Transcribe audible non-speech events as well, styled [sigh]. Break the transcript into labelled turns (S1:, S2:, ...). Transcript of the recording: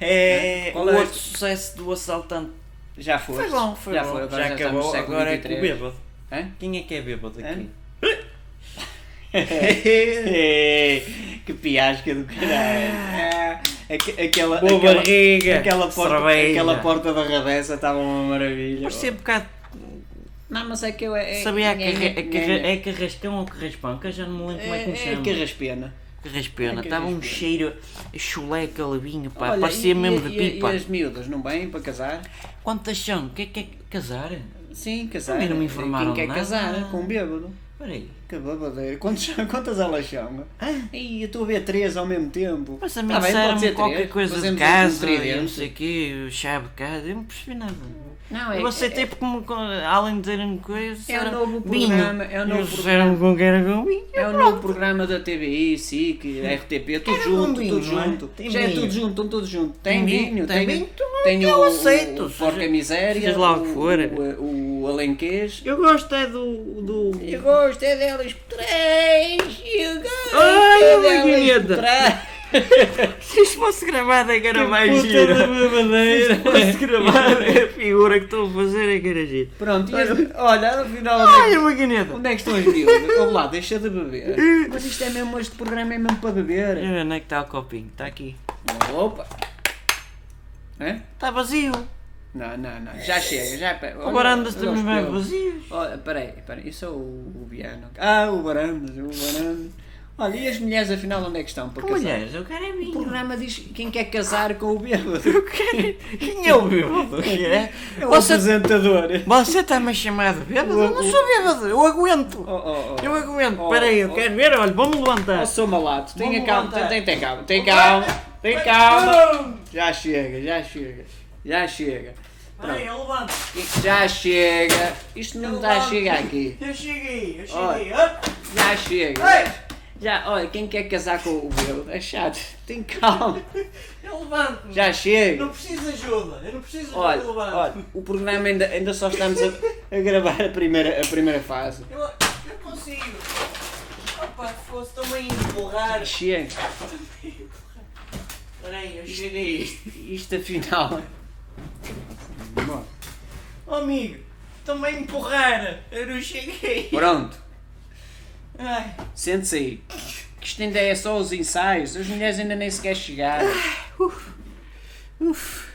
S1: É,
S2: Qual
S1: o
S2: é?
S1: outro sucesso do Assaltante já foi.
S2: Foi bom, foi
S1: já
S2: bom.
S1: Foi, agora
S2: Já
S1: já,
S2: acabou,
S1: estamos no século
S2: agora é que o
S1: 23.
S2: bêbado. [laughs]
S1: Hã?
S2: Quem é que é bêbado aqui?
S1: que piasca do caralho. Ah, aque- aquela,
S2: Boa
S1: aquela,
S2: barriga,
S1: aquela porta,
S2: cerveja.
S1: aquela porta da Radessa estava uma maravilha.
S2: Parecia um bocado.
S1: Não, mas é que eu. É,
S2: Sabia a carra-
S1: é,
S2: a carra-
S1: é,
S2: é carrascão ou carraspão? Que eu já não me lembro como é que me
S1: é,
S2: chama.
S1: carraspena.
S2: Carraspena,
S1: é
S2: estava um
S1: carraspena.
S2: cheiro a chulé, calabinho, pá,
S1: Olha,
S2: parecia
S1: e-
S2: mesmo
S1: e-
S2: de
S1: e-
S2: pipa.
S1: E as miúdas não vêm para casar?
S2: Quantas são? Que é que é casar?
S1: Sim, casar.
S2: Também não me informaram
S1: Quem quer
S2: nada.
S1: casar com um bêbado?
S2: Peraí,
S1: Que babadeira. Quantos, [laughs] quantas elas são? Ih, eu estou a ver três ao mesmo tempo.
S2: Ah. mas a
S1: Tá
S2: mim
S1: bem, pode
S2: disseram-me
S1: ser
S2: qualquer
S1: três.
S2: coisa de
S1: Fazemos um
S2: casa,
S1: tridente.
S2: eu não sei o quê, chave de casa, eu não percebi nada.
S1: Não, é,
S2: Eu aceitei
S1: é-
S2: porque, me co- além de dizerem-me coisas,
S1: É o
S2: disseram
S1: novo
S2: vinho.
S1: programa, é o novo
S2: Eles disseram-me com que era com vinho.
S1: é o novo programa da TVI, SIC, RTP, tudo
S2: Era
S1: junto,
S2: bombinho,
S1: tudo
S2: não é?
S1: junto.
S2: Tem
S1: Já é
S2: vinho.
S1: tudo junto, estão todos juntos. Tem,
S2: Tem vinho,
S1: vinho,
S2: tem
S1: tem,
S2: vinho, tu-
S1: tem
S2: eu
S1: o,
S2: aceito,
S1: o
S2: seja-
S1: Porca Miséria,
S2: seja lá o que
S1: o-
S2: for.
S1: o, o Alenquês.
S2: Eu gosto é do. do...
S1: Eu gosto é delas por três, eu gosto
S2: Ai,
S1: é
S2: uma
S1: delas
S2: guinheta.
S1: por trás.
S2: [laughs] Se isto fosse gravado, é que era mais
S1: puta
S2: giro.
S1: da
S2: [laughs] Se isto fosse
S1: [laughs]
S2: gravado, é a figura que estou a fazer, é que era giro.
S1: Pronto, e as- olha, afinal,
S2: Ai,
S1: onde é
S2: uma caneta!
S1: que, onde é que estão as miúdas? Vamos lá, deixa de beber. Mas isto é mesmo, este programa é mesmo para beber.
S2: Onde é que está o copinho? Está aqui.
S1: Opa! Hã?
S2: Está vazio.
S1: Não, não, não, já chega, já pega. Olha,
S2: Agora andas
S1: olha os
S2: também bem
S1: pelos.
S2: vazios.
S1: Olha, peraí, peraí, isso é o, o Biano. Ah, o Barandas, o Barandas. Olha, e as mulheres afinal onde é que estão para casar?
S2: Mulheres, eu quero é
S1: O
S2: vinho.
S1: programa diz quem quer casar com o [laughs] bêbado.
S2: Eu quero. Quem é o bêbado? É?
S1: É o
S2: Você,
S1: apresentador.
S2: você tá está-me chamado bêbado? Eu não sou bêbado, eu aguento.
S1: Oh, oh, oh.
S2: Eu aguento.
S1: Oh,
S2: Espera aí, eu
S1: oh.
S2: quero ver. Olha, vamos levantar.
S1: Oh, sou malato, tenha
S2: Vamos
S1: calma,
S2: levantar.
S1: tem, tem, tem calma, tem calma, tem calma. Já chega, já chega, já chega.
S2: Espera aí, eu levanto.
S1: Já chega. Isto não está a chegar aqui.
S2: Eu cheguei, eu
S1: cheguei. Já chega. Já, olha, quem quer casar com o bêbado é chato. Tem calma.
S2: Eu levanto.
S1: Já chega.
S2: preciso de ajuda. Eu não preciso de
S1: Olha, olha, o programa ainda, ainda só estamos a, a gravar a primeira, a primeira fase.
S2: Eu, eu consigo. Opa, se fosse também empurrar.
S1: Chega.
S2: Peraí, eu
S1: Isto, [laughs] isto, isto afinal. Bom,
S2: Oh, amigo, também empurrar. Eu não cheguei.
S1: Pronto,
S2: Ai.
S1: sente-se aí. Que isto ainda é só os ensaios, as mulheres ainda nem sequer chegaram.
S2: Uf.